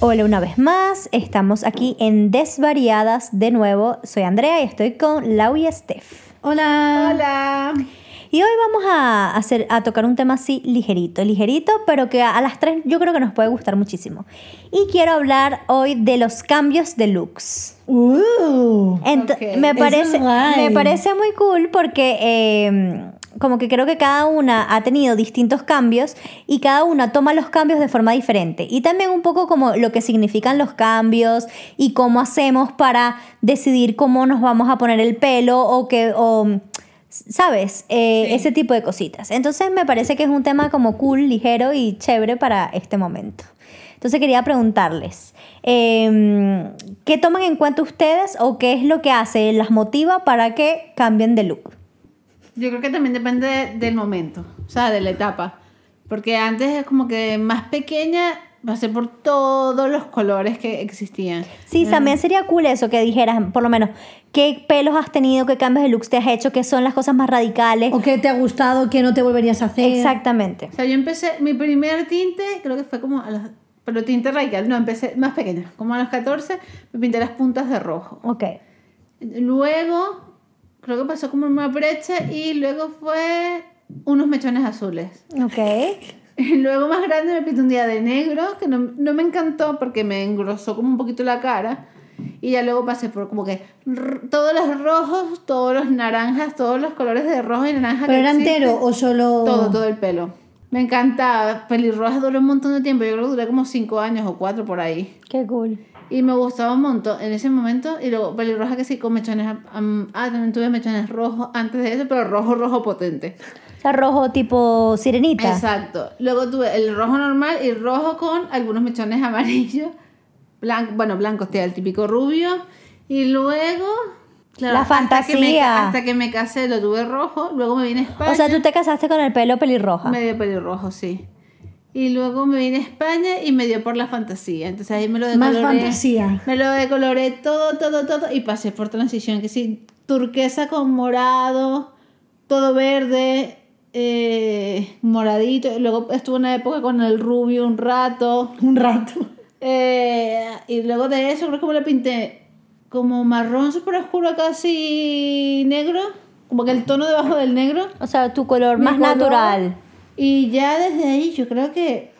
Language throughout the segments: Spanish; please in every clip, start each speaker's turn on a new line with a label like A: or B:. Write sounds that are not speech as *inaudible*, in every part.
A: Hola una vez más, estamos aquí en Desvariadas de nuevo. Soy Andrea y estoy con Lau y Steph.
B: Hola.
C: Hola.
A: Y hoy vamos a, hacer, a tocar un tema así ligerito, ligerito, pero que a, a las tres yo creo que nos puede gustar muchísimo. Y quiero hablar hoy de los cambios de looks.
B: Uh,
A: Ent-
C: Ok.
A: me, parece,
B: guay.
A: me parece muy cool porque eh, como que creo que cada una ha tenido distintos cambios y cada una toma los cambios de forma diferente. Y también un poco como lo que significan los cambios y cómo hacemos para decidir cómo nos vamos a poner el pelo o que... o, ¿Sabes? Eh,
C: Sí.
A: Ese tipo de cositas. Entonces me parece que es un tema como cool, ligero y chévere para este momento. Entonces quería preguntarles, eh, ¿qué toman en cuenta ustedes o qué es lo que hace, las motiva para que cambien de look?
C: Yo creo que también depende de- del momento, o sea, de la etapa. Porque antes es como que más pequeña, pasé por todos los colores que existían.
A: Sí, también sería cool eso, que dijeras, por lo menos, qué pelos has tenido, qué cambios de looks te has hecho, qué son las cosas más radicales.
B: ¿O qué te ha gustado? ¿Qué no te volverías a hacer?
A: Exactamente.
C: O sea, yo empecé, mi primer tinte, creo que fue como a los, pero tinte radical, no, empecé más pequeña, como a los 14, me pinté las puntas de rojo.
A: Ok.
C: Luego, creo que pasó como una brecha y luego fue unos mechones azules.
A: Ok.
C: Y *laughs* Luego más grande me pinté un día de negro, que no, no me encantó porque me engrosó como un poquito la cara. Y ya luego pasé por como que r- todos los rojos, todos los naranjas, todos los colores de rojo y naranja.
B: ¿Pero
C: que
B: era
C: existen.
B: entero o solo...?
C: Todo, todo el pelo. Me encantaba. Pelirroja duró un montón de tiempo. Yo creo que duré como 5 años o 4 por ahí.
A: Qué cool.
C: Y me gustaba un montón en ese momento. Y luego pelirroja que sí, con mechones. am- ah, también tuve mechones rojos antes de eso, pero rojo, rojo potente.
A: O sea, rojo tipo sirenita.
C: Exacto. Luego tuve el rojo normal y rojo con algunos mechones *laughs* amarillos. Blanco, bueno, blanco, este, el típico rubio. Y luego.
A: La
C: hasta que me-
A: fantasía.
C: Hasta que me, casé lo tuve rojo. Luego me vine a España.
A: O sea, tú te casaste con el pelo pelirroja.
C: Medio pelirrojo, sí. Y luego me vine a España y me dio por la fantasía. Entonces ahí me lo
B: Más
C: decoloré.
B: fantasía.
C: Me lo decoloré todo, todo, todo. Y pasé por transición, que sí, turquesa con morado, todo verde, eh, moradito. Luego estuve una época con el rubio un rato.
B: Un rato.
C: Eh, y luego de eso creo que me lo pinté como marrón súper oscuro, casi negro. Como que el tono debajo del negro
A: O sea, tu color
C: mi
A: más
C: color.
A: natural.
C: Y ya desde ahí yo creo que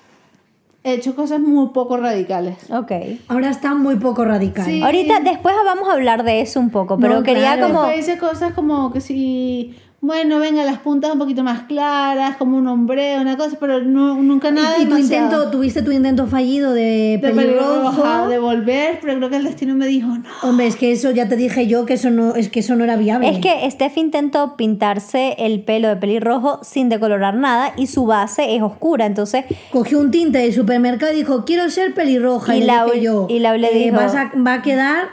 C: he hecho cosas muy poco radicales.
A: Ok.
B: Ahora está muy poco radical.
C: Sí.
A: Ahorita después vamos a hablar de eso un poco, pero
B: No,
A: quería
B: claro.
A: como...
C: Después hice cosas como que si, bueno, venga, las puntas un poquito más claras, como un hombre, una cosa, pero no, nunca nada.
B: Y, y tu
C: demasiado.
B: intento, tuviste tu intento fallido de
C: de pelirroja,
B: pelirrojo.
C: de volver, pero creo que el destino me dijo no.
B: Hombre, es que eso ya te dije yo que eso no, es que eso no era viable.
A: Es que Steph intentó pintarse el pelo de pelirrojo sin decolorar nada y su base es oscura, entonces
B: Cogió un tinte del supermercado y dijo, quiero ser pelirroja.
A: Y
B: Y, le
A: Lau-
B: dije yo, "Eh,
A: y Lau le dijo-
B: vas a- va a quedar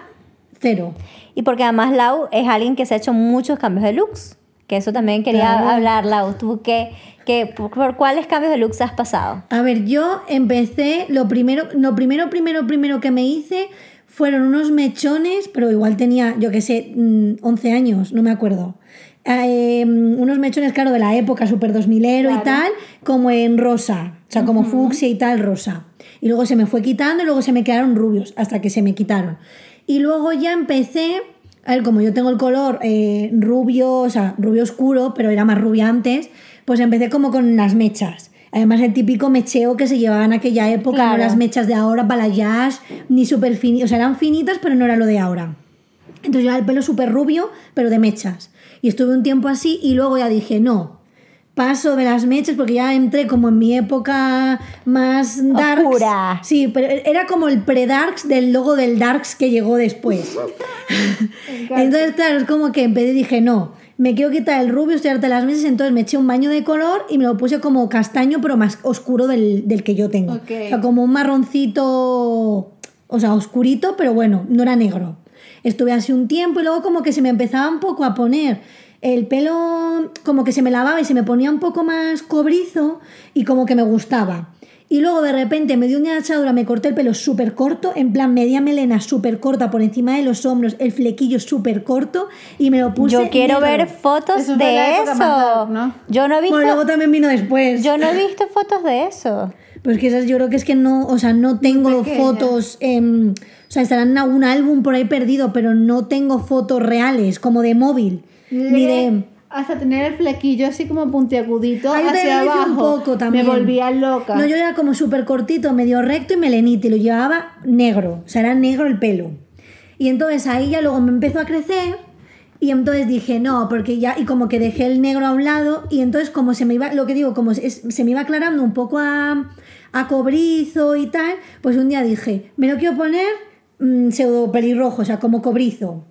B: cero.
A: y porque además Lau es alguien que se ha hecho muchos cambios de looks, que eso también quería
B: Claro.
A: hablar Lau, tú qué, qué- por, por cuáles cambios de looks has pasado?
B: A ver, yo empecé, lo primero, lo primero, primero, primero que me hice fueron unos mechones, pero igual tenía, yo qué sé, mm, 11 años, no me acuerdo. Eh, unos mechones, claro, de la época, super 2000 ero y tal, como en rosa, o sea, como fucsia y tal, rosa. Y luego se me fue quitando y luego se me quedaron rubios, hasta que se me quitaron. Y luego ya empecé, a ver, como yo tengo el color eh, rubio, o sea, rubio oscuro, pero era más rubia antes, pues empecé como con las mechas. Además, el típico mecheo que se llevaba en aquella época,
A: Claro.
B: no las mechas de ahora, balayage, ni súper finitas, o sea, eran finitas, pero no era lo de ahora. Entonces yo era el pelo súper rubio, pero de mechas. Y estuve un tiempo así y luego ya dije, no, paso de las mechas porque ya entré como en mi época más darks.
A: Oscura.
B: Sí, pero era como el pre-darks del logo del darks que llegó después. Entonces, claro, es como que empecé y dije, no, me quiero quitar el rubio, estoy harta de las mesas, entonces me eché un baño de color y me lo puse como castaño, pero más oscuro del, del que yo tengo.
C: Ok.
B: O sea, como un marroncito, o sea, oscurito, pero bueno, no era negro. Estuve así un tiempo y luego como que se me empezaba un poco a poner el pelo, como que se me lavaba y se me ponía un poco más cobrizo y como que me gustaba. Y luego de repente me dio una hachadura, me corté el pelo súper corto, en plan media melena súper corta por encima de los hombros, el flequillo súper corto y me lo puse.
A: Yo quiero
B: negro.
A: ver fotos
C: Eso fue la
A: de
C: época
A: eso.
C: más dark, ¿no?
A: Yo no he visto
B: Bueno, luego también vino después.
A: yo no he visto fotos de eso.
B: Pero es que esas yo creo que es que no, o sea, no tengo
C: Pequeña.
B: fotos, em, o sea, estarán en algún álbum por ahí perdido, pero no tengo fotos reales, como de móvil, ni de...
C: Hasta tener el flequillo así como puntiagudito
B: Ah, yo también
C: hacia
B: lo hice
C: abajo.
B: un poco también.
C: Me volvía loca.
B: No, yo era como súper cortito, medio recto y melenita y lo llevaba negro, o sea, era negro el pelo. Y entonces ahí ya luego me empezó a crecer y entonces dije, no, porque ya, y como que dejé el negro a un lado y entonces como se me iba, lo que digo, como es- se me iba aclarando un poco a, a cobrizo y tal, pues un día dije, me lo quiero poner mm, pseudo pelirrojo, o sea, como cobrizo.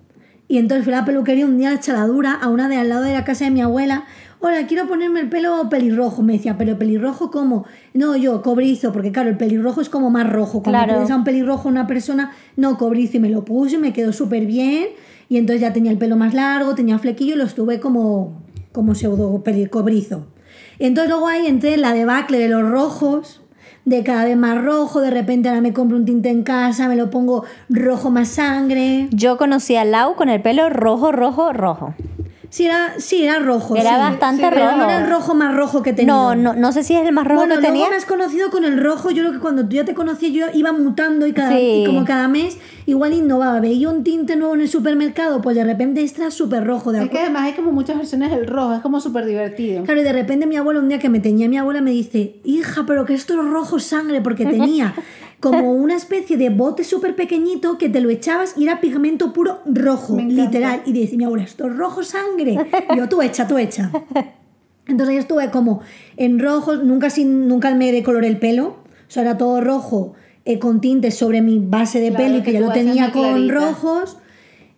B: Y entonces fui a la peluquería un día de chaladura a una de al lado de la casa de mi abuela. Hola, quiero ponerme el pelo pelirrojo. Me decía, ¿pero pelirrojo cómo? No, yo, cobrizo, porque claro, el pelirrojo es como más rojo. Cuando
A: Claro.
B: tú ves a un pelirrojo a una persona, no, cobrizo. Y me lo puse, me quedó súper bien. Y entonces ya tenía el pelo más largo, tenía flequillo y lo estuve como, como pseudo peli- cobrizo. Y entonces luego ahí entré en la debacle de los rojos de cada vez más rojo, de repente ahora me compro un tinte en casa, me lo pongo rojo más sangre.
A: Yo conocí a Lau con el pelo rojo, rojo, rojo.
B: Sí, era, sí, era rojo.
A: Era
B: sí.
A: bastante
B: Sí, Pero
A: rojo.
B: no era el rojo más rojo que tenía.
A: No, no, no sé si es el más rojo
B: Bueno,
A: que
B: luego
A: tenía.
B: me has conocido con el rojo. Yo creo que cuando tú ya te conocí, yo iba mutando y, cada,
A: Sí.
B: y como cada mes igual innovaba. Veía un tinte nuevo en el supermercado, pues de repente está súper rojo.
C: Es
B: De
C: que
B: acuerdo.
C: además hay como muchas versiones del rojo, es como súper divertido.
B: Claro, y de repente mi abuela, un día que me tenía mi abuela, me dice, hija, pero que esto es rojo sangre,
C: *laughs*
B: porque tenía como una especie de bote súper pequeñito que te lo echabas y era pigmento puro rojo,
C: Me encanta.
B: literal. Y dice mi abuela, esto es rojo sangre. Y yo, tú echa, tú echa. Entonces yo estuve como en rojo, nunca, sin, nunca me decoloré el pelo, o sea, era todo rojo eh, con tintes sobre mi base de
C: Claro,
B: pelo y
C: que
B: que ya
C: tú
B: lo
C: vas siendo
B: tenía con
C: clarita.
B: rojos.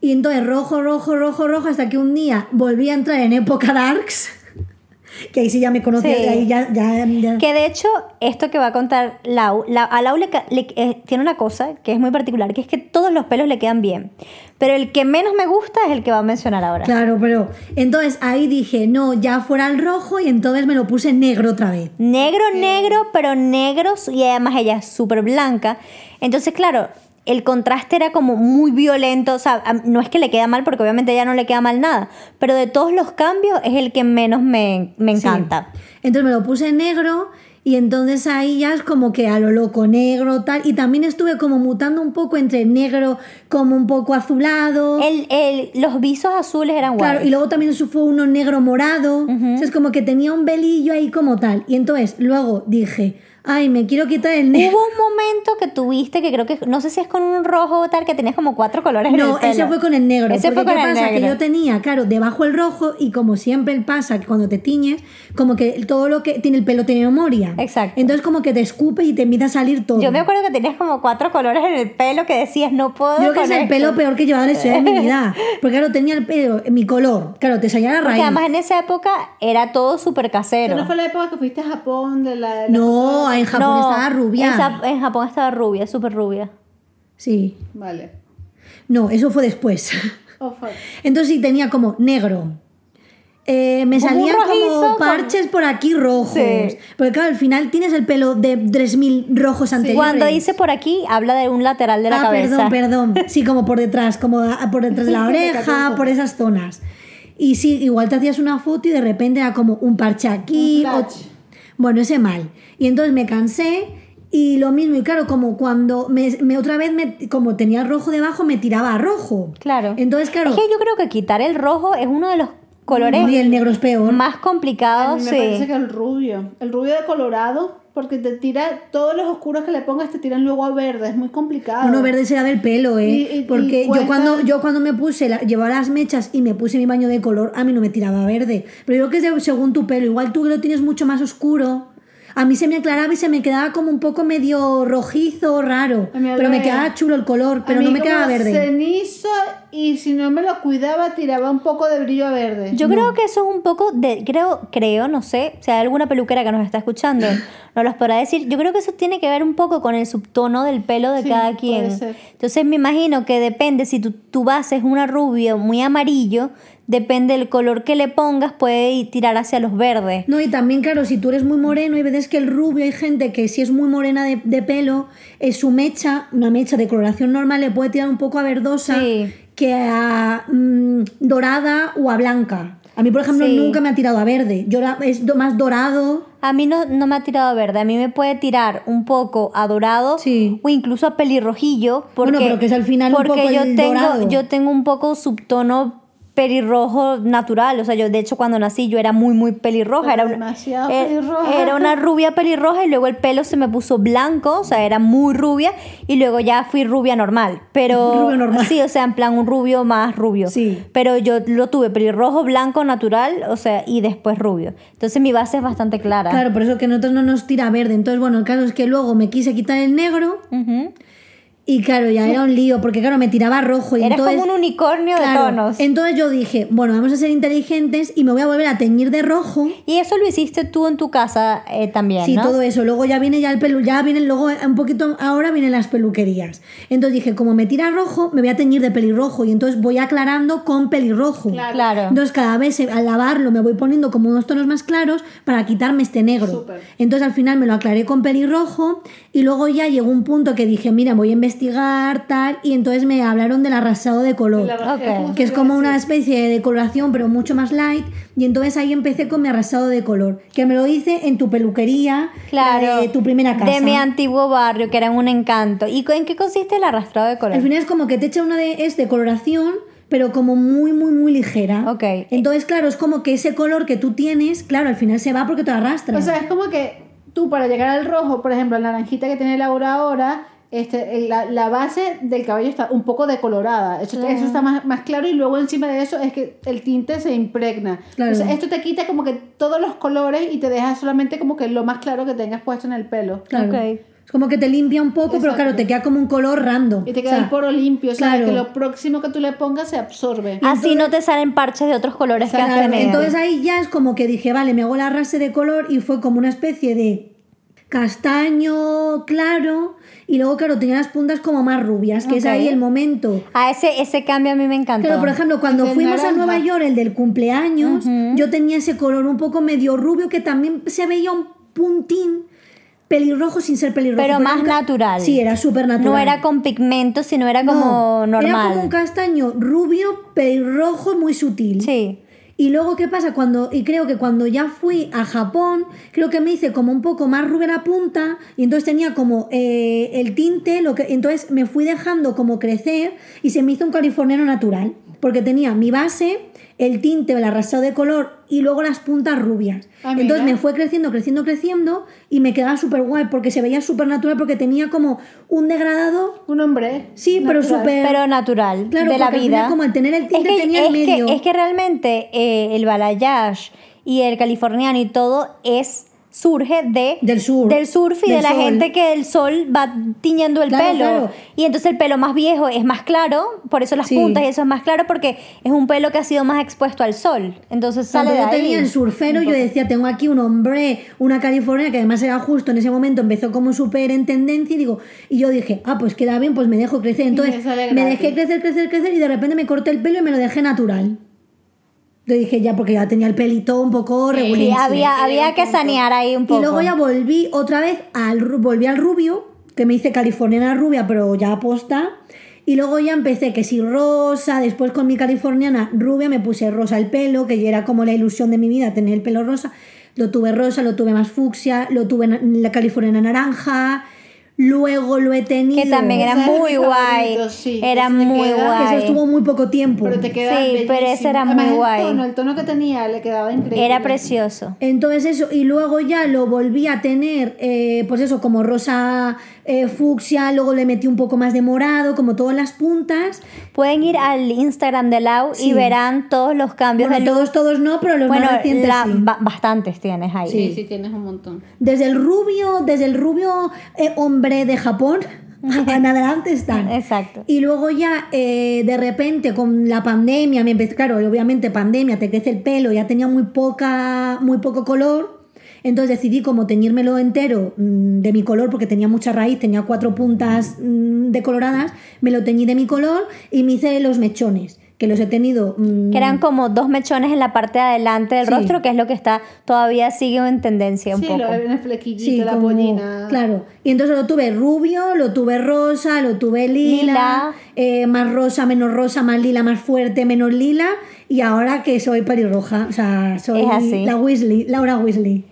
B: Y entonces rojo, rojo, rojo, rojo, hasta que un día volví a entrar en época darks, *laughs* que ahí sí ya me conocía,
A: Sí.
B: y ahí ya... ya, ya-
A: Que de hecho, esto que va a contar Lau, la- a Lau le ca- le- eh, tiene una cosa que es muy particular, que es que todos los pelos le quedan bien. Pero el que menos me gusta es el que va a mencionar ahora.
B: Claro, pero entonces ahí dije, no, ya fuera el rojo y entonces me lo puse negro otra vez.
A: Negro, negro, pero negros y además ella es súper blanca. Entonces, claro, el contraste era como muy violento. O sea, a- no es que le queda mal, porque obviamente ya no le queda mal nada. Pero de todos los cambios es el que menos me, me
B: Sí.
A: encanta.
B: Entonces me lo puse negro y entonces ahí ya es como que a lo loco negro tal. Y también estuve como mutando un poco entre negro como un poco azulado.
A: El- el- los visos azules eran guapos.
B: Claro, y luego también su- fue uno negro morado. O sea, es como que tenía un velillo ahí como tal. Y entonces luego dije, ay, me quiero quitar el negro.
A: Hubo un momento que tuviste que creo que, no sé si es con un rojo o tal, que tenías como cuatro colores en el
B: No,
A: pelo.
B: ese fue con el negro.
A: Ese fue
B: porque
A: con
B: ¿qué
A: el
B: pasa?
A: negro.
B: Que yo tenía, claro, debajo el rojo y como siempre pasa que cuando te tiñes, como que todo lo que tiene el pelo tiene memoria.
A: Exacto.
B: Entonces como que te escupe y te empieza a salir todo.
A: Yo me acuerdo que tenías como cuatro colores en el pelo que decías, no puedo
B: Yo creo que
A: con
B: es el
A: esto".
B: pelo peor que llevaba en la ciudad de
A: *laughs*
B: mi vida. Porque claro, tenía el pelo, eh, mi color. Claro, te salía la
A: Porque
B: raíz.
A: además en esa época era todo súper
C: Pero
A: casero.
C: no fue la época que fuiste a Japón de la... de la-
B: No, en Japón
A: No,
B: estaba rubia.
A: En, Sa- en Japón estaba rubia, súper rubia.
B: Sí.
C: Vale.
B: No, eso fue después. *laughs*
C: Oh, fuck.
B: Entonces sí tenía como negro. Eh, me
A: Como un
B: salían
A: rojizo,
B: como parches por aquí rojos.
A: Sí.
B: Porque claro, al final tienes el pelo de 3.000 rojos anteriores.
A: Cuando dice por aquí, habla de un lateral de la
B: ah,
A: cabeza. *laughs*
B: perdón, perdón. Sí, como por detrás, como a- por detrás de la oreja, por esas zonas. Y sí, igual te hacías una foto y de repente era como un parche aquí.
C: Un
B: o-
C: flash.
B: Bueno, ese mal. Y entonces me cansé y lo mismo. Y claro, como cuando me, me- otra vez, me, como tenía rojo debajo, me tiraba a rojo.
A: Claro.
B: Entonces, claro.
A: Es que yo creo que quitar el rojo es uno de los colores
B: y el negro es peor.
A: más
C: A
B: Ah,
A: complicados.
C: mí me
A: sí.
C: parece que el rubio. El rubio de Colorado, porque te tira... Todos los oscuros que le pongas te tiran luego a verde. Es muy complicado.
B: Uno verde será del pelo, ¿eh?
C: Y- y-
B: Porque
C: y
B: yo,
C: cuesta-
B: cuando, yo cuando me puse, la- llevaba las mechas y me puse mi baño de color, a mí no me tiraba verde. Pero yo creo que es de- según tu pelo, igual tú que lo tienes mucho más oscuro. A mí se me aclaraba y se me quedaba como un poco medio rojizo, raro.
C: A mí al
B: Pero me
C: revés.
B: quedaba chulo el color, pero
C: A mí
B: no me
C: como
B: quedaba verde.
C: cenizo y si no me lo cuidaba tiraba un poco de brillo a verde.
A: Yo creo que eso es un poco de, creo, creo, no sé, si hay alguna peluquera que nos está
C: *laughs*
A: escuchando, nos los podrá decir. Yo creo que eso tiene que ver un poco con el subtono del pelo de
C: Sí,
A: cada
C: puede
A: quien.
C: ser.
A: Entonces me imagino que depende, si tu, tu base es una rubia muy amarillo, depende del color que le pongas, puede ir- tirar hacia los verdes.
B: No, y también, claro, si tú eres muy moreno y ves que el rubio, hay gente que si es muy morena de, de pelo, eh, su mecha, una mecha de coloración normal, le puede tirar un poco a verdosa.
A: Sí.
B: que a mm, dorada o a blanca. A mí, por ejemplo,
A: Sí.
B: nunca me ha tirado a verde. Yo la- es do- más dorado.
A: A mí no, no me ha tirado a verde, a mí me puede tirar un poco a dorado
B: Sí.
A: o incluso a pelirrojillo. Porque,
B: Bueno, pero que es al final un
A: porque
B: poco
A: yo
B: el
A: tengo,
B: dorado.
A: Yo tengo un poco pelirrojo pelirrojo natural, o sea, yo de hecho cuando nací yo era muy muy pelirroja,
C: Pero
A: era una,
C: demasiado
A: era-
C: pelirroja.
A: era una rubia pelirroja y luego el pelo se me puso blanco, o sea, era muy rubia y luego ya fui rubia normal, pero
B: Rubio normal.
A: sí, o sea, en plan un rubio más rubio.
B: Sí.
A: Pero yo lo tuve pelirrojo, blanco natural, o sea, y después rubio. Entonces mi base es bastante clara.
B: Claro, por eso que a nosotros no nos tira a verde. Entonces, bueno, el caso es que luego me quise quitar el negro
A: Ujú.
B: y claro, ya era un lío, porque claro, me tiraba a rojo y
A: Eres
B: Pues entonces...
A: como un unicornio
B: claro,
A: de tonos.
B: Entonces yo dije, bueno, vamos a ser inteligentes y me voy a volver a teñir de rojo.
A: Y eso lo hiciste tú en tu casa eh, también,
B: Sí,
A: ¿no?
B: todo eso. Luego ya viene ya el pelu, ya vienen luego eh, un poquito ahora vienen las peluquerías. Entonces dije, como me tira rojo, me voy a teñir de pelirrojo y entonces voy aclarando con pelirrojo.
C: Claro.
A: Claro.
B: Entonces cada vez eh, al lavarlo me voy poniendo como unos tonos más claros para quitarme este negro.
C: Súper.
B: Entonces al final me lo aclaré con pelirrojo y luego ya llegó un punto que dije, mira, voy a investigar tal y entonces me hablaron del arrasado de color.
C: La verdad
A: Ok.
C: justo
B: Que es
C: te
B: como
C: iba a
B: una
C: decir.
B: especie de coloración, pero mucho más light. Y entonces ahí empecé con mi arrasado de color. Que me lo hice en tu peluquería, la
A: Claro.
B: de tu primera casa.
A: De mi antiguo barrio, que era un encanto. ¿Y co- en qué consiste el arrastrado de color?
B: Al final es como que te echa una de, es de coloración, pero como muy, muy, muy ligera.
A: Ok.
B: Entonces, claro, es como que ese color que tú tienes, claro, al final se va porque te arrastra.
C: O sea, es como que tú para llegar al rojo, por ejemplo, la naranjita que tiene Laura ahora, este, el- la, la base del cabello está un poco decolorada. Eso, eso está más, más claro y luego encima de eso es que el tinte se impregna.
B: Claro.
C: Entonces, esto te quita como que todos los colores y te deja solamente como que lo más claro que tengas puesto en el pelo.
B: Claro.
A: Ok.
B: Es como que te limpia un poco, pero claro, te queda como un color random.
C: Y te
B: O
C: queda
B: sea,
C: el poro limpio, o sea,
B: claro.
C: que lo próximo que tú le pongas se absorbe.
A: Así Ah, no te salen parches de otros colores que has
B: Claro,
A: tenido.
B: entonces ahí ya es como que dije, vale, me hago la rase de color y fue como una especie de castaño claro y luego, claro, tenía las puntas como más rubias, que es
A: Ok.
B: ahí el momento.
A: Ah, ese, ese cambio a mí me encantó.
B: Claro, por ejemplo, cuando
C: El del
B: fuimos a
C: naranja.
B: Nueva York, el del cumpleaños, yo tenía ese color un poco medio rubio que también se veía un puntín pelirrojo sin ser pelirrojo.
A: Pero más
B: nunca-
A: natural.
B: Sí, era súper natural.
A: No era con pigmento, sino era
B: No,
A: como normal.
B: Era como un castaño rubio, pelirrojo, muy sutil.
A: Sí.
B: Y luego, ¿qué pasa? Cuando, y creo que cuando ya fui a Japón, creo que me hice como un poco más rubia la punta, y entonces tenía como eh, el tinte, lo que, entonces me fui dejando como crecer y se me hizo un californiano natural, porque tenía mi base, el tinte, el arrasado de color y luego las puntas rubias.
C: Ah, mira.
B: entonces me fue creciendo, creciendo, creciendo y me quedaba súper guay, porque se veía súper natural, porque tenía como un degradado,
C: Un hombre.
B: sí, pero
C: natural.
B: súper...
A: pero natural
B: Claro,
A: de la
B: porque al
A: vida.
B: final como al tener el tinte
A: es que,
B: tenía el
A: es que-
B: medio.
A: es que realmente eh, el balayage y el californiano y todo es surge de
B: Del sur.
A: del surf y
B: Del
A: de la
B: sol.
A: gente que el sol va tiñendo el
B: Claro,
A: pelo
B: claro.
A: y entonces el pelo más viejo es más claro por eso las
B: Sí.
A: puntas y eso es más claro porque es un pelo que ha sido más expuesto al sol entonces sale
B: Cuando
A: de
B: yo
A: ahí
B: tenía el surfero, yo decía, tengo aquí un hombre, una California, que además era justo en ese momento, empezó como súper en tendencia, y digo, y yo dije, ah, pues queda bien, pues me dejo crecer. Entonces,
C: sale
B: me
C: gratis.
B: dejé crecer, crecer, crecer, y de repente me corté el pelo y me lo dejé natural. Yo dije, ya, porque ya tenía el pelito un poco
A: Sí,
B: regular.
A: había había que sanear ahí un poco
B: Y luego ya volví otra vez al ru- volví al rubio, que me hice californiana rubia, pero ya aposta. Y luego ya empecé que si rosa, después con mi californiana rubia me puse rosa el pelo, que ya era como la ilusión de mi vida tener el pelo rosa. Lo tuve rosa, lo tuve más fucsia, lo tuve na- la californiana naranja. Luego lo he tenido.
A: que también era
C: Ese es mi
A: muy guay
C: favorito, sí,
A: era
C: ese te
A: muy
C: queda-
A: guay
B: Que eso estuvo muy poco tiempo.
C: Pero te queda
A: Sí,
C: bellísimo.
A: pero ese era
C: Además,
A: muy
C: el
A: guay.
C: tono, el tono que tenía le quedaba increíble.
A: Era precioso.
B: Entonces eso, y luego ya lo volví a tener, eh, pues eso, como rosa eh, fucsia, luego le metí un poco más de morado, como todas las puntas.
A: Pueden ir al Instagram de Lau
B: Sí.
A: y verán todos los cambios
B: Bueno,
A: de look.
B: todos, todos no, pero los
A: Bueno,
B: más recientes
A: la-
B: sí.
A: ba- bastantes tienes ahí.
C: Sí, sí, tienes un montón.
B: Desde el rubio, desde el rubio eh, hombre de Japón,
A: *laughs*
B: *laughs* en adelante están.
A: Exacto.
B: Y luego ya, eh, de repente, con la pandemia, me empezó, claro, obviamente pandemia, te crece el pelo, ya tenía muy, poca, muy poco color. Entonces decidí como teñírmelo entero mm, de mi color, porque tenía mucha raíz, tenía cuatro puntas mm, decoloradas, me lo teñí de mi color y me hice los mechones. que los he tenido. mm,
A: Que eran como dos mechones en la parte de adelante del
B: Sí.
A: rostro, que es lo que está todavía sigue en tendencia un
C: Sí,
A: poco.
C: lo el flequillito,
B: sí,
C: la
B: como-
C: pollina.
B: Claro. Y entonces lo tuve rubio, lo tuve rosa, lo tuve lila,
A: Lila.
B: eh, más rosa, menos rosa, más lila, más fuerte, menos lila. Y ahora que soy pelirroja, o sea, soy
A: Es así.
B: la Weasley, Laura Weasley.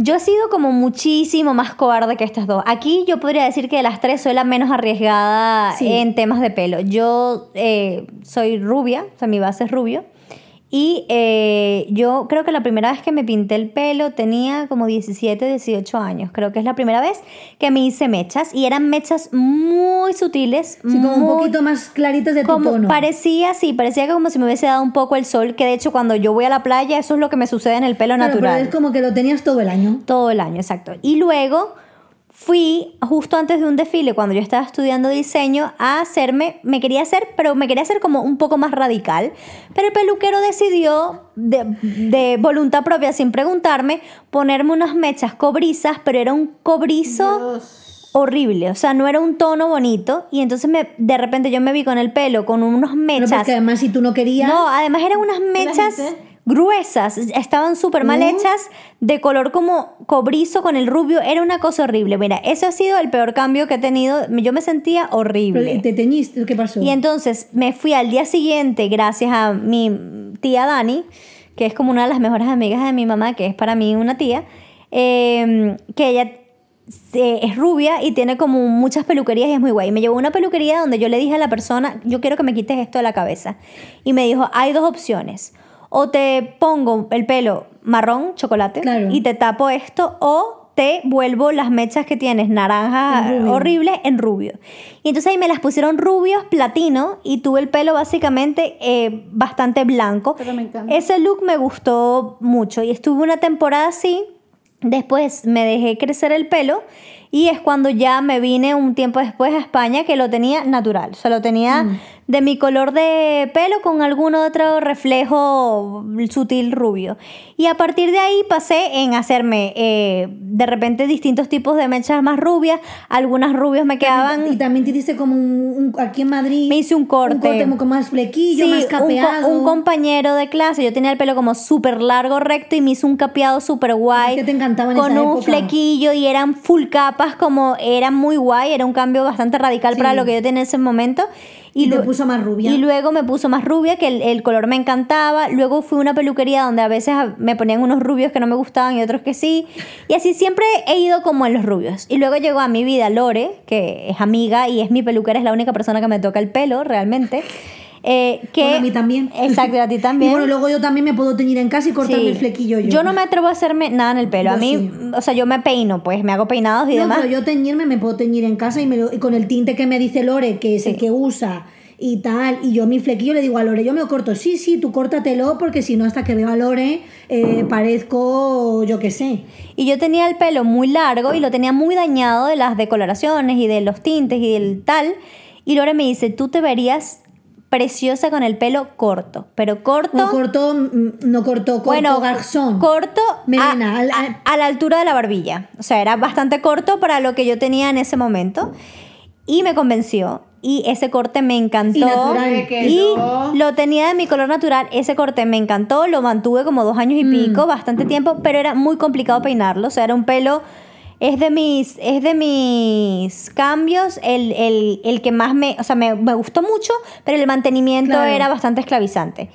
A: Yo he sido como muchísimo más cobarde que estas dos. Aquí yo podría decir que de las tres soy la menos arriesgada
B: Sí.
A: en temas de pelo. Yo eh, soy rubia, o sea, mi base es rubio. Y eh, yo creo que la primera vez que me pinté el pelo tenía como 17, 18 años. Creo que es la primera vez que me hice mechas. Y eran mechas muy sutiles.
B: Sí, como un
A: muy-
B: poquito más claritas de tu
A: como
B: tono.
A: parecía, sí, parecía que como si me hubiese dado un poco el sol, que de hecho cuando yo voy a la playa eso es lo que me sucede en el pelo
B: Claro,
A: natural.
B: Pero es como que lo tenías todo el año.
A: Todo el año, exacto. Y luego fui, justo antes de un desfile, cuando yo estaba estudiando diseño, a hacerme, me quería hacer, pero me quería hacer como un poco más radical. Pero el peluquero decidió, de, de voluntad propia, sin preguntarme, ponerme unas mechas cobrizas, pero era un cobrizo
C: Dios.
A: horrible, o sea, no era un tono bonito. Y entonces me, de repente yo me vi con el pelo, con unos
B: Bueno,
A: mechas.
B: porque además si tú no querías...
A: No, además eran unas mechas
C: hiciste?
A: gruesas, estaban súper mal hechas, de color como cobrizo con el rubio, era una cosa horrible. Mira, eso ha sido el peor cambio que he tenido, yo me sentía
B: pero
A: horrible.
B: ¿Te teñiste? ¿Qué pasó?
A: Y entonces me fui al día siguiente, gracias a mi tía Dani, que es como una de las mejores amigas de mi mamá, que es para mí una tía, eh, que ella eh, es rubia y tiene como muchas peluquerías y es muy guay. Y me llevó a una peluquería donde yo le dije a la persona, yo quiero que me quites esto de la cabeza. Y me dijo, hay dos opciones. O te pongo el pelo marrón, chocolate,
B: Claro.
A: y te tapo esto, o te vuelvo las mechas que tienes, naranja,
B: En rubio.
A: horrible Ah, horrible en rubio. Y entonces ahí me las pusieron rubios, platino, y tuve el pelo básicamente eh, bastante blanco.
C: Pero me encanta.
A: Ese look me gustó mucho y estuve una temporada así. Después me dejé crecer el pelo y es cuando ya me vine un tiempo después a España que lo tenía natural. O sea, lo tenía de mi color de pelo con algún otro reflejo sutil rubio. Y a partir de ahí pasé en hacerme eh, de repente distintos tipos de mechas más rubias. Algunas rubias me quedaban
B: Y también te hiciste como un, un- aquí en Madrid.
A: Me hice un corte.
B: Un corte como con más flequillo,
A: Sí,
B: más
A: un co-
B: capeado.
A: Un, compañero de clase, yo tenía el pelo como súper largo, recto y me hizo un capeado súper guay.
B: Es que te encantaba en
A: Con
B: esa
A: un
B: época.
A: flequillo y eran full capas, como era muy guay, era un cambio bastante radical
B: Sí.
A: para lo que yo tenía en ese momento.
B: y te
A: lu-
B: puso más rubia.
A: y luego me puso más rubia, que el, el color me encantaba. Luego fui a una peluquería donde a veces a- me ponían unos rubios que no me gustaban y otros que sí. Y así siempre he ido como en los rubios. Y luego llegó a mi vida Lore, que es amiga y es mi peluquera, es la única persona que me toca el pelo realmente. Eh, que,
B: Bueno, a mí también.
A: Exacto, y a
B: *laughs*
A: ti
B: Y
A: también.
B: bueno, luego yo también me puedo teñir en casa y cortarme
A: Sí.
B: el flequillo yo.
A: Yo no me atrevo a hacerme nada en el pelo. a
B: Yo
A: mí,
B: sí.
A: o sea, yo me peino, pues me hago peinados y
B: No,
A: demás.
B: pero yo teñirme me puedo teñir en casa y, me lo- y con el tinte que me dice Lore, que es el
A: Sí.
B: que usa y tal, y yo mi flequillo le digo a Lore, yo me lo corto, sí, sí, tú córtatelo porque si no hasta que veo a Lore eh, parezco, yo qué sé.
A: Y yo tenía el pelo muy largo y lo tenía muy dañado de las decoloraciones y de los tintes y del tal. Y Lore me dice, tú te verías preciosa con el pelo corto, pero corto...
B: No corto, mm, no corto, corto garzón.
A: corto
B: Melena,
A: a,
B: al-
A: a- a la altura de la barbilla. O sea, era bastante corto para lo que yo tenía en ese momento. Y me convenció. Y ese corte me encantó.
B: Y natural.
C: Ve que
A: Y
C: no.
A: lo tenía de mi color natural, ese corte me encantó, lo mantuve como dos años y
B: Mm.
A: pico, bastante tiempo, pero era muy complicado peinarlo, o sea, era un pelo, es de mis, es de mis cambios, el, el- el que más me, o sea, me, me gustó mucho, pero el mantenimiento
B: Claro.
A: era bastante esclavizante.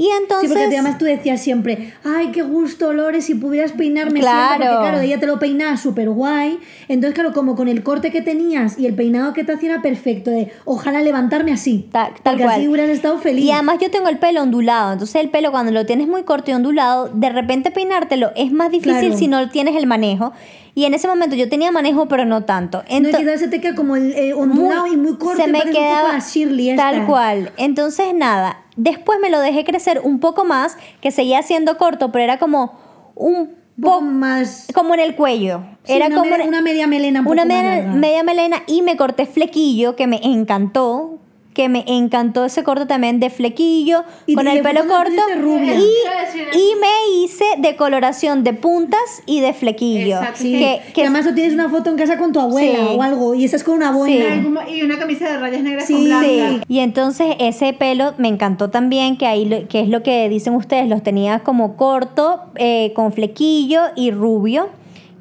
A: Y
B: Sí,
A: entonces...
B: porque además tú decías siempre, ay, qué gusto, Lore, si pudieras peinarme
A: Claro.
B: siempre", porque claro, ella te lo peinaba súper guay. Entonces, claro, como con el corte que tenías y el peinado que te hacía era perfecto, de ojalá levantarme así.
A: Ta- tal
B: porque
A: cual.
B: así hubieras estado feliz.
A: Y además yo tengo el pelo ondulado, entonces el pelo cuando lo tienes muy corto y ondulado, de repente peinártelo es más difícil
B: Claro.
A: si no tienes el manejo. Y en ese momento yo tenía manejo, pero no tanto.
B: no, y
A: Ento-
B: quizás se te queda como el, eh, ondulado
A: muy-
B: y muy corto.
A: Se
B: y
A: me
B: pareces un poco
A: quedaba
B: la Shirley esta.
A: tal cual. Entonces, nada. Después me lo dejé crecer un poco más, que seguía siendo corto, pero era como un
B: Un poco
A: poco
B: más...
A: como en el cuello.
B: sí,
A: era
B: una,
A: como
B: me- una media melena un
A: una
B: poco más
A: media,
B: larga.
A: media melena y me corté flequillo que me encantó. que me encantó ese corte también de flequillo,
B: Y
A: con
B: te-
A: el
B: le
A: pelo
B: puso una
A: corto.
B: triste rubia.
A: Y,
C: Iba a decir
A: y me hice decoloración de puntas y de flequillo.
C: Exacto.
A: Sí.
C: Sí.
A: Que,
B: Que
A: que-
B: además tú tienes una foto en casa con tu abuela
A: Sí.
B: o algo y estás con una
A: Sí.
B: boina.
C: Y una camisa de rayas negras
B: Sí,
C: con blanca.
A: sí. Este, Y entonces ese pelo me encantó también, que ahí lo- que es lo que dicen ustedes, los tenía como corto, eh, con flequillo y rubio,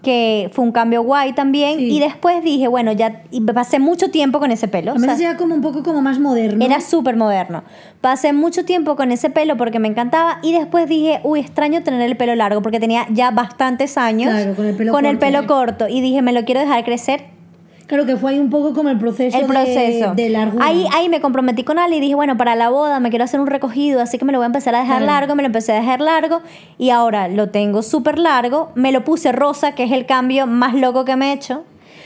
A: que fue un cambio guay también.
B: Sí.
A: Y después dije, bueno, ya y pasé mucho tiempo con ese pelo. o sea,
B: Además era como un poco como más moderno.
A: Era súper moderno. Pasé mucho tiempo con ese pelo porque me encantaba y después dije, uy, extraño tener el pelo largo porque tenía ya bastantes años
B: Claro, con el pelo
A: con el
B: corto.
A: pelo corto y dije, me lo quiero dejar crecer
B: Claro que fue ahí un poco como el proceso,
A: el
B: de-
A: proceso.
B: de, largura.
A: ahí, ah- ahí me comprometí con Ale y dije, bueno, para la boda me quiero hacer un recogido, así que me lo voy a empezar a dejar largo, me lo empecé a dejar largo y ahora lo tengo súper largo, me lo puse rosa, que es el cambio más loco que me he hecho.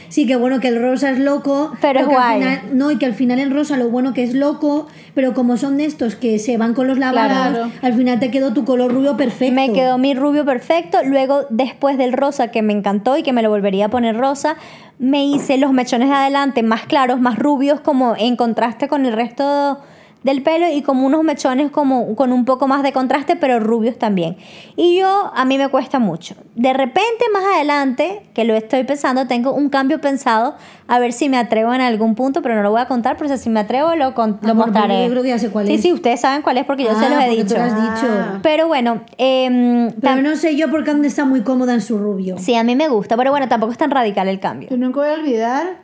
B: Sí, que bueno, que el rosa es loco.
A: Pero es
B: que al
A: guay.
B: final- no, y que al final el rosa lo bueno que es loco, pero como son de estos que se van con los lavados,
C: Claro.
B: al final te quedó tu color rubio perfecto.
A: Me quedó mi rubio perfecto. Luego, después del rosa, que me encantó y que me lo volvería a poner rosa, me hice los mechones de adelante más claros, más rubios, como en contraste con el resto del pelo y como unos mechones como con un poco más de contraste, pero rubios también. Y yo, a mí me cuesta mucho. De repente, más adelante, que lo estoy pensando, tengo un cambio pensado, a ver si me atrevo en algún punto, pero no lo voy a contar, pero si me atrevo, lo, con- lo
B: Amor,
A: contaré.
B: yo creo que ya sé cuál
A: sí,
B: es.
A: sí, ustedes saben cuál es porque yo
B: Ah,
A: se los he
B: porque
A: dicho.
B: Tú lo has dicho.
C: Ah.
A: Pero bueno, em, tam-
B: Pero no sé yo porque Ande está muy cómoda en su rubio.
A: sí, a mí me gusta, pero bueno, tampoco es tan radical el cambio.
C: Yo nunca voy a olvidar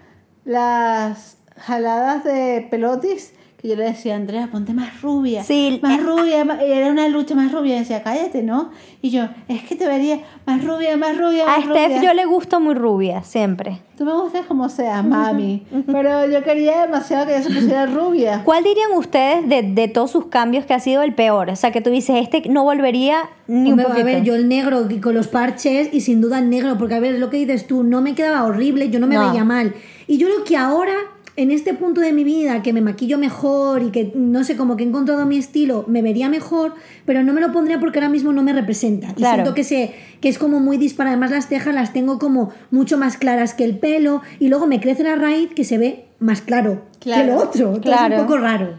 C: las jaladas de pelotis que yo le decía a Andrea, ponte más rubia.
A: Sí,
C: más
A: eh,
C: rubia. ma- Era una lucha más rubia. Y decía, cállate, ¿no? Y yo, es que te vería más rubia, más rubia.
A: A
C: Más
A: Steph
C: rubia".
A: yo le gusto muy rubia, siempre.
C: Tú me gustas como seas, mami. Pero yo quería demasiado que ella se pusiera rubia.
A: ¿Cuál dirían ustedes de, de todos sus cambios que ha sido el peor? O sea, que tú dices, este no volvería ni un
B: Hombre,
A: poquito.
B: a ver, yo el negro y con los parches y sin duda el negro, porque a ver, lo que dices tú, no me quedaba horrible, yo no me
A: No.
B: veía mal. Y yo creo que ahora, en este punto de mi vida, que me maquillo mejor y que no sé, como que he encontrado mi estilo, me vería mejor, pero no me lo pondría porque ahora mismo no me representa. Y
A: Claro.
B: siento que, se, que es como muy dispar. Además, las cejas las tengo como mucho más claras que el pelo y luego me crece la raíz que se ve más claro, que
C: Claro,
B: lo otro. Entonces,
A: claro.
B: Es un poco raro.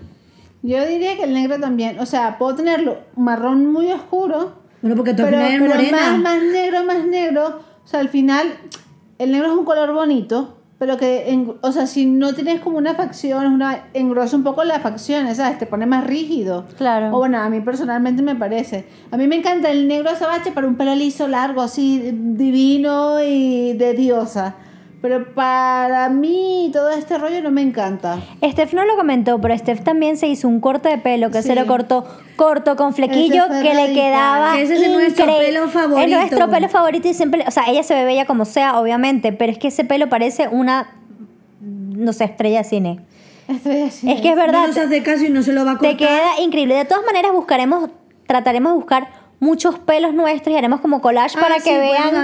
C: Yo diría que el negro también. O sea, puedo tenerlo marrón muy oscuro.
B: Bueno, porque tú al
C: Pero,
B: final eres
C: pero
B: morena.
C: más, más negro, más negro. O sea, al final, el negro es un color bonito, pero que, en- o sea, si no tienes como una facción, una, engrosa un poco las facciones, ¿sabes? Te pone más rígido.
A: Claro.
C: O bueno, a mí personalmente me parece. A mí me encanta el negro azabache para un pelo liso, largo, así, divino y de diosa. Pero para mí todo este rollo no me encanta.
A: Steph no lo comentó, pero Steph también se hizo un corte de pelo que se
C: Sí.
A: lo cortó corto con flequillo
C: Ese fue
A: que le
C: radical.
A: quedaba.
B: Ese es de nuestro
A: increíble.
B: pelo
A: Es
B: favorito.
A: nuestro pelo favorito y siempre, o sea, ella se ve bella como sea, obviamente, pero es que ese pelo parece una, no sé, estrella de cine.
C: Estoy así.
A: Es que es verdad.
B: No nos hace caso y no se lo va a
A: Te
B: cortar.
A: queda increíble. De todas maneras, buscaremos, trataremos de buscar muchos pelos nuestros y haremos como collage
B: Ah,
A: para
B: sí,
A: que
B: podemos
A: vean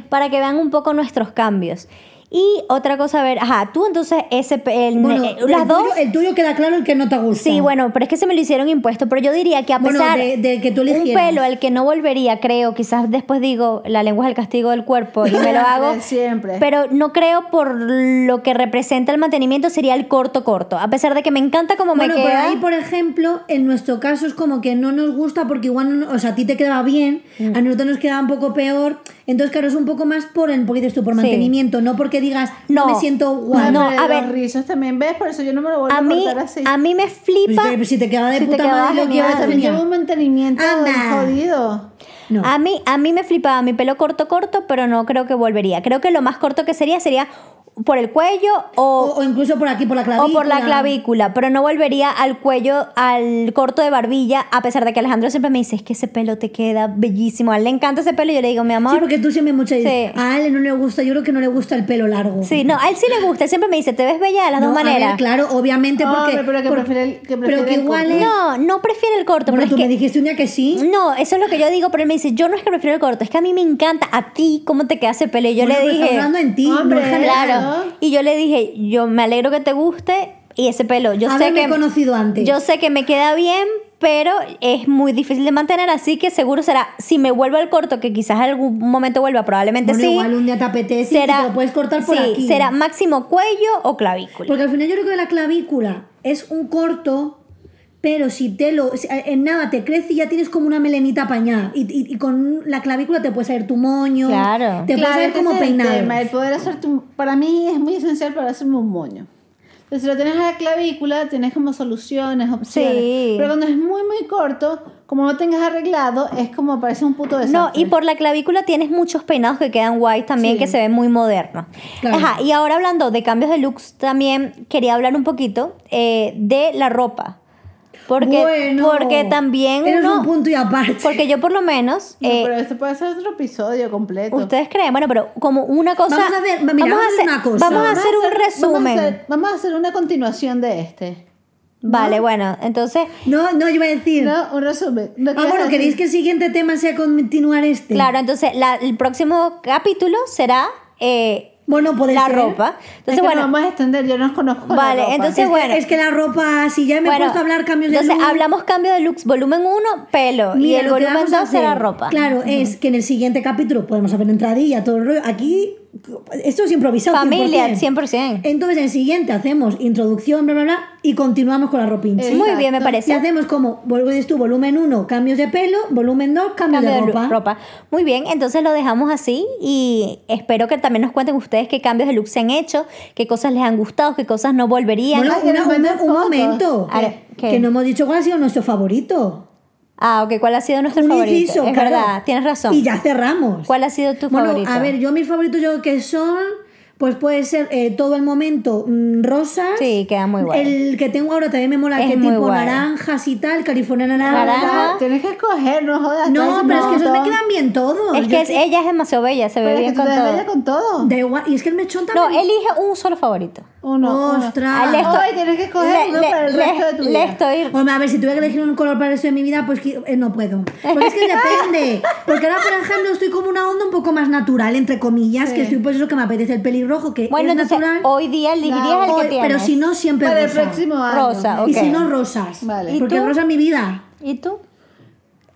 B: hacer.
A: para que vean un poco nuestros cambios. Y otra cosa, a ver, ajá, tú entonces ese pe- el-
B: Bueno,
A: eh,
B: el
A: las dos
B: Tuyo, el tuyo queda claro el que no te gusta.
A: Sí, bueno, pero es que se me lo hicieron impuesto, pero yo diría que a
B: Bueno,
A: pesar
B: de- del que tú
A: un
B: eligieras.
A: pelo ¿eh? al que no volvería, creo, quizás después digo, la lengua es el castigo del cuerpo Pues, y
B: *laughs*
A: me lo hago,
C: Siempre.
A: pero no creo por lo que representa el mantenimiento sería el corto corto, a pesar de que me encanta como
B: Bueno,
A: me
B: por
A: queda.
B: ahí, por ejemplo, en nuestro caso es como que no nos gusta porque igual, no- o sea, a ti te quedaba bien,
A: Mm.
B: a nosotros nos quedaba un poco peor. Entonces, claro, es un poco más por el, porque dices tú, por
A: Sí.
B: mantenimiento, no porque digas, no,
A: No.
B: me siento
C: Ah,
B: guay.
A: No,
C: pero
A: a
C: los
A: ver.
C: rizos también, ¿ves? Por eso yo no me lo vuelvo
A: a
C: a
A: mí,
C: cortar así.
A: a mí me
B: Pues
A: flipa.
B: te- pues si te quedaba de
A: Si te
B: puta
A: quedaba
B: madre lo que
A: genial.
B: ibas
C: Pero
B: a
C: también
B: tener.
C: llevo un mantenimiento
B: Anda.
C: jodido.
B: No.
A: A mí, a mí me flipaba mi pelo corto, corto, pero no creo que volvería. Creo que lo más corto que sería sería por el cuello
B: o,
A: o,
B: o incluso por aquí, por la
A: o
B: clavícula.
A: por la clavícula, pero no volvería al cuello, al corto de barbilla, a pesar de que Alejandro siempre me dice, es que ese pelo te queda bellísimo. A él le encanta ese pelo y yo le digo, mi
B: Sí,
A: amor.
B: porque tú siempre mucho dices,
A: Sí.
B: a Ale no le gusta, yo creo que no le gusta el pelo largo.
A: Sí, no, a él sí le gusta, él siempre me dice, te ves bella de las
B: No,
A: dos
B: a ver,
A: maneras.
B: claro, obviamente porque...
C: Hombre, pero que
B: por-
C: prefiere el- que
B: pero
C: prefiere
B: que
C: el
B: igual
C: corto.
B: es-
A: No, no prefiero el corto,
B: Bueno,
A: pero
B: tú
A: es que-
B: me dijiste un día que sí.
A: No, eso es lo que yo digo, pero él me dice, yo no es que prefiero el corto, es que a mí me encanta a ti cómo te queda ese pelo. Y yo le
B: Bueno, pero está
A: dije,
B: hablando en ti, no en
C: Hombre,
B: general.
A: claro.
C: ¿no?
A: Y yo le dije, yo me alegro que te guste y ese pelo, yo sé
B: Haberme
A: que
B: conocido antes.
A: yo sé que me queda bien, pero es muy difícil de mantener, así que seguro será si me vuelvo al corto, que quizás algún momento vuelva, probablemente
B: Bueno,
A: sí.
B: igual un día te apetece y te lo puedes cortar por
A: sí,
B: aquí.
A: será máximo cuello o clavícula.
B: Porque al final yo creo que la clavícula es un corto, pero si te lo. si- eh, en nada te crece y ya tienes como una melenita apañada. Y, y- y con la clavícula te puede salir tu moño.
A: Claro.
B: Te puede
C: Claro,
B: salir como
C: ese es el
B: peinado.
C: tema, el poder hacerte un- para mí es muy esencial para hacerme un moño. Entonces, si lo tenés a la clavícula, tenés como soluciones, opciones.
A: Sí.
C: Pero cuando es muy, muy corto, como no tengas arreglado, es como parece un puto
A: No,
C: desastre.
A: y por la clavícula tienes muchos peinados que quedan guays también,
C: Sí.
A: que se ven muy modernos.
B: Claro.
A: Ajá, y ahora hablando de cambios de looks, también quería hablar un poquito eh, de la ropa. Porque,
B: Bueno,
A: porque también
B: eres
A: uno-
B: un punto y aparte.
A: Porque yo por lo menos...
C: No,
A: eh,
C: pero esto puede ser otro episodio completo.
A: Ustedes creen, bueno, pero como una cosa...
B: Vamos a ver, mira, vamos a hacer una cosa.
A: Vamos a hacer un resumen.
C: Vamos a hacer, vamos a hacer una continuación de este.
A: Vale, bueno, entonces...
B: No, no, yo iba a
A: *laughs*
B: decir.
C: No, un resumen. ¿No
B: ah, bueno,
C: quieres
B: ¿queréis
C: decir?
B: que el siguiente tema sea continuar este?
A: Claro, entonces la- el próximo capítulo será eh,
B: Bueno, puede
A: la
B: ser.
A: ropa. Entonces,
C: Es que
A: bueno,
C: no vamos a extender, yo no os conozco. la
A: Vale,
C: ropa.
A: entonces,
B: Es que,
A: bueno.
B: es que la ropa, si ya me he puesto a hablar cambios de
A: entonces
B: look,
A: hablamos cambio de looks, volumen 1, pelo.
B: mira,
A: y el
B: lo que
A: volumen
B: vamos a
A: 2 será
B: hacer,
A: ropa.
B: Claro, es que en el siguiente capítulo podemos hacer entradilla, todo el rollo. Aquí, esto es improvisado.
A: Familia,
B: 100%.
A: 100%.
B: Entonces, en el siguiente hacemos introducción, bla, bla, bla, y continuamos con la ropincha.
C: Eh,
A: Muy bien, me
C: Exacto.
B: Y
A: parece.
B: hacemos como, vuelves tú, volumen 1, cambios de pelo, volumen 2, cambios
A: Cambio de
B: de
A: lu-
B: ropa.
A: ropa. Muy bien, entonces lo dejamos así y espero que también nos cuenten ustedes qué cambios de looks se han hecho, qué cosas les han gustado, qué cosas no volverían.
B: Bueno,
C: Ay, que
B: una-
C: nos
B: un,
C: manden
B: un
C: fotos.
B: momento.
A: A ver,
B: que-
A: ¿qué?
B: Que no hemos dicho cuál ha sido nuestro favorito.
A: ah, ok, ¿cuál ha sido nuestro
B: un
A: favorito?
B: inciso,
A: es
B: claro.
A: verdad, tienes razón.
B: Y ya cerramos.
A: ¿Cuál ha sido tu
B: bueno,
A: favorito?
B: a ver, yo mis favoritos yo que son, pues puede ser eh, todo el momento mm, rosas.
A: Sí, queda muy guay.
B: El que tengo ahora también me mola,
A: Es
B: que
A: muy
B: tipo
A: guay.
B: naranjas y tal, California naranja.
A: Naranja.
C: Tienes que escoger, no jodas.
B: No,
C: traes
B: pero es
C: un
B: que esos me
C: montón.
B: quedan bien todos.
A: es
B: Yo
A: que es- ella es demasiado bella, se ve
C: Pero es que
A: bien
C: tú
A: con
C: te
A: todo.
C: desvelas con todo.
B: Da igual. Y es que el mechón
A: No,
B: también.
A: elige un solo favorito.
C: Uno. uno.
B: Ostras.
A: Ah, le estoy-
C: Ay, tienes que escoger
A: le-
C: uno
A: le-
C: para el
A: le-
C: resto de tu
A: Le
C: vida.
A: estoy
B: Hombre, a ver, si tuviera que elegir un color para el resto de mi vida, pues que- eh, no puedo. Porque es que depende. Porque ahora, por ejemplo, estoy como una onda un poco más natural, entre comillas, que estoy pues eso que me apetece, el pelirrojo, que
A: Bueno,
B: es
A: entonces
B: natural.
A: hoy día elegirías
C: No,
A: el que
B: Hoy-
A: tienes.
B: pero si no, siempre
C: Para el
B: rosa.
C: próximo año.
A: Rosa, ok.
B: Y si no, rosas.
C: Vale.
A: ¿Y
B: Porque
A: tú?
B: rosa es mi vida.
A: ¿Y tú?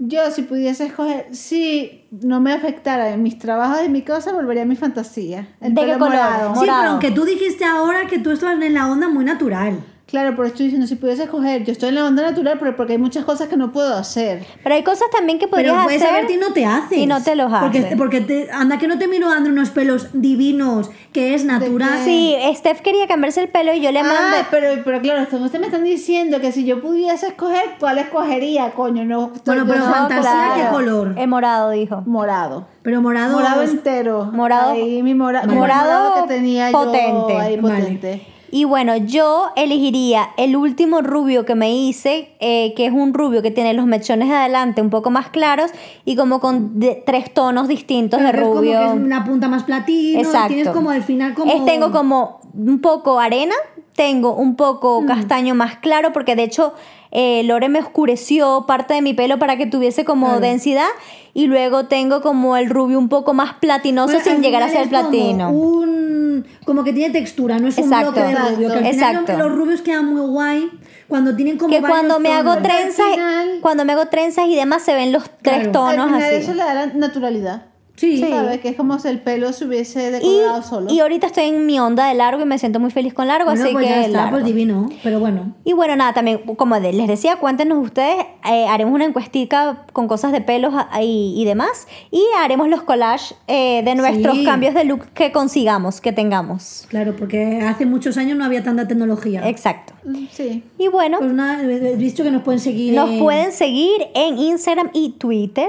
C: Yo, si pudiese escoger, si no me afectara en mis trabajos y mi cosa, volvería a mi fantasía. El
A: ¿De qué
C: pelo
A: color?
C: morado.
B: Sí,
A: Morado.
B: pero aunque tú dijiste ahora que tú estabas en la onda muy natural.
C: Claro, pero estoy diciendo, si pudiese escoger, yo estoy en la onda natural, pero porque hay muchas cosas que no puedo hacer.
A: Pero hay cosas también que podrías
B: Pero puedes
A: hacer.
B: saberte y no te haces.
A: y no te los
B: porque,
A: haces.
B: Porque te- anda que no te miro dando unos pelos divinos, que es natural.
A: Sí, Steph quería cambiarse el pelo y yo le mandé.
C: Ah, pero, pero claro, esto- ustedes me están diciendo que si yo pudiese escoger, ¿cuál escogería, coño? No, estoy-
B: Bueno,
C: yo
B: pero
C: no-
B: fantasía, ¿qué color?
A: El morado, dijo.
C: Morado.
B: Pero morado.
C: Morado entero.
A: Morado-
C: Ahí mi mora- como el
A: morado
C: que tenía yo
A: potente.
C: ahí
B: Vale.
C: potente.
A: Y bueno, yo elegiría el último rubio que me hice, eh, que es un rubio que tiene los mechones adelante un poco más claros y como con de- tres tonos distintos
B: pero
A: de
B: que es
A: rubio.
B: Como que es una punta más platino.
A: Exacto.
B: Tienes como al final como.
A: Es- tengo como un poco arena, tengo un poco
B: Mm.
A: castaño más claro, porque de hecho eh, Lore me oscureció parte de mi pelo para que tuviese como densidad, y luego tengo como el rubio un poco más platinoso
B: Bueno,
A: sin
B: al
A: llegar a
B: final
A: ser
B: es como
A: platino.
B: Un, como que tiene textura, no es
A: Exacto.
B: un bloque de rubio. Que al final
A: Exacto.
B: los rubios quedan muy guay cuando tienen como.
A: que
B: varios
A: cuando me hago
B: tonos.
A: trenzas,
C: final-
A: cuando me hago trenzas y demás se ven los tres
B: Claro.
A: tonos
C: Al final
A: así.
C: eso le da la naturalidad.
B: Sí.
C: ¿Sabes? Que es como si el pelo se hubiese
A: Y,
C: decorado solo.
A: y ahorita estoy en mi onda de largo y me siento muy feliz con largo,
B: Bueno,
A: así
B: pues
A: que
B: ya está,
A: largo.
B: pues divino. Pero bueno.
A: Y bueno, nada, también, como de- les decía, cuéntenos ustedes, eh, haremos una encuestica con cosas de pelos a- y, y demás, y haremos los collages eh, de nuestros
B: Sí.
A: cambios de look que consigamos, que tengamos.
B: Claro, porque hace muchos años no había tanta tecnología.
A: Exacto.
C: Mm, Sí.
A: Y bueno,
B: Pues nada, he visto que nos pueden seguir.
A: nos
B: en-
A: pueden seguir en Instagram y Twitter.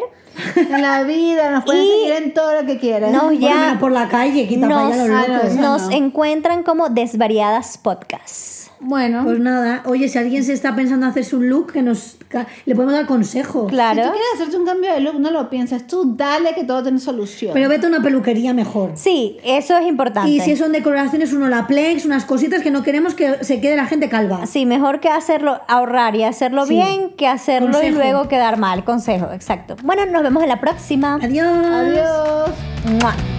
C: En la vida, nos pueden
A: Y-
C: seguir en todo lo que quieran.
A: No,
B: Bueno,
A: ya
B: menos por la calle, quita para
A: nos,
B: allá los locos.
C: eso
A: nos
C: Ah, no.
A: encuentran como Desvariadas Podcast.
C: Bueno,
B: Pues nada, oye, si alguien se está pensando hacer su look, que nos ca- le podemos dar consejos.
C: si tú
A: Claro.
C: quieres hacerte un cambio de look, no lo pienses. Tú dale que todo tiene solución.
B: Pero vete a una peluquería mejor.
A: Sí, eso es importante.
B: Y si son decoraciones, un olaplex, unas cositas que no queremos que se quede la gente calva.
A: Sí, mejor que hacerlo, ahorrar y hacerlo
B: Sí.
A: bien que hacerlo y
B: Consejo.
A: luego quedar mal. Consejo, exacto. Bueno, nos vemos en la próxima.
B: Adiós.
C: Adiós.
A: Mua.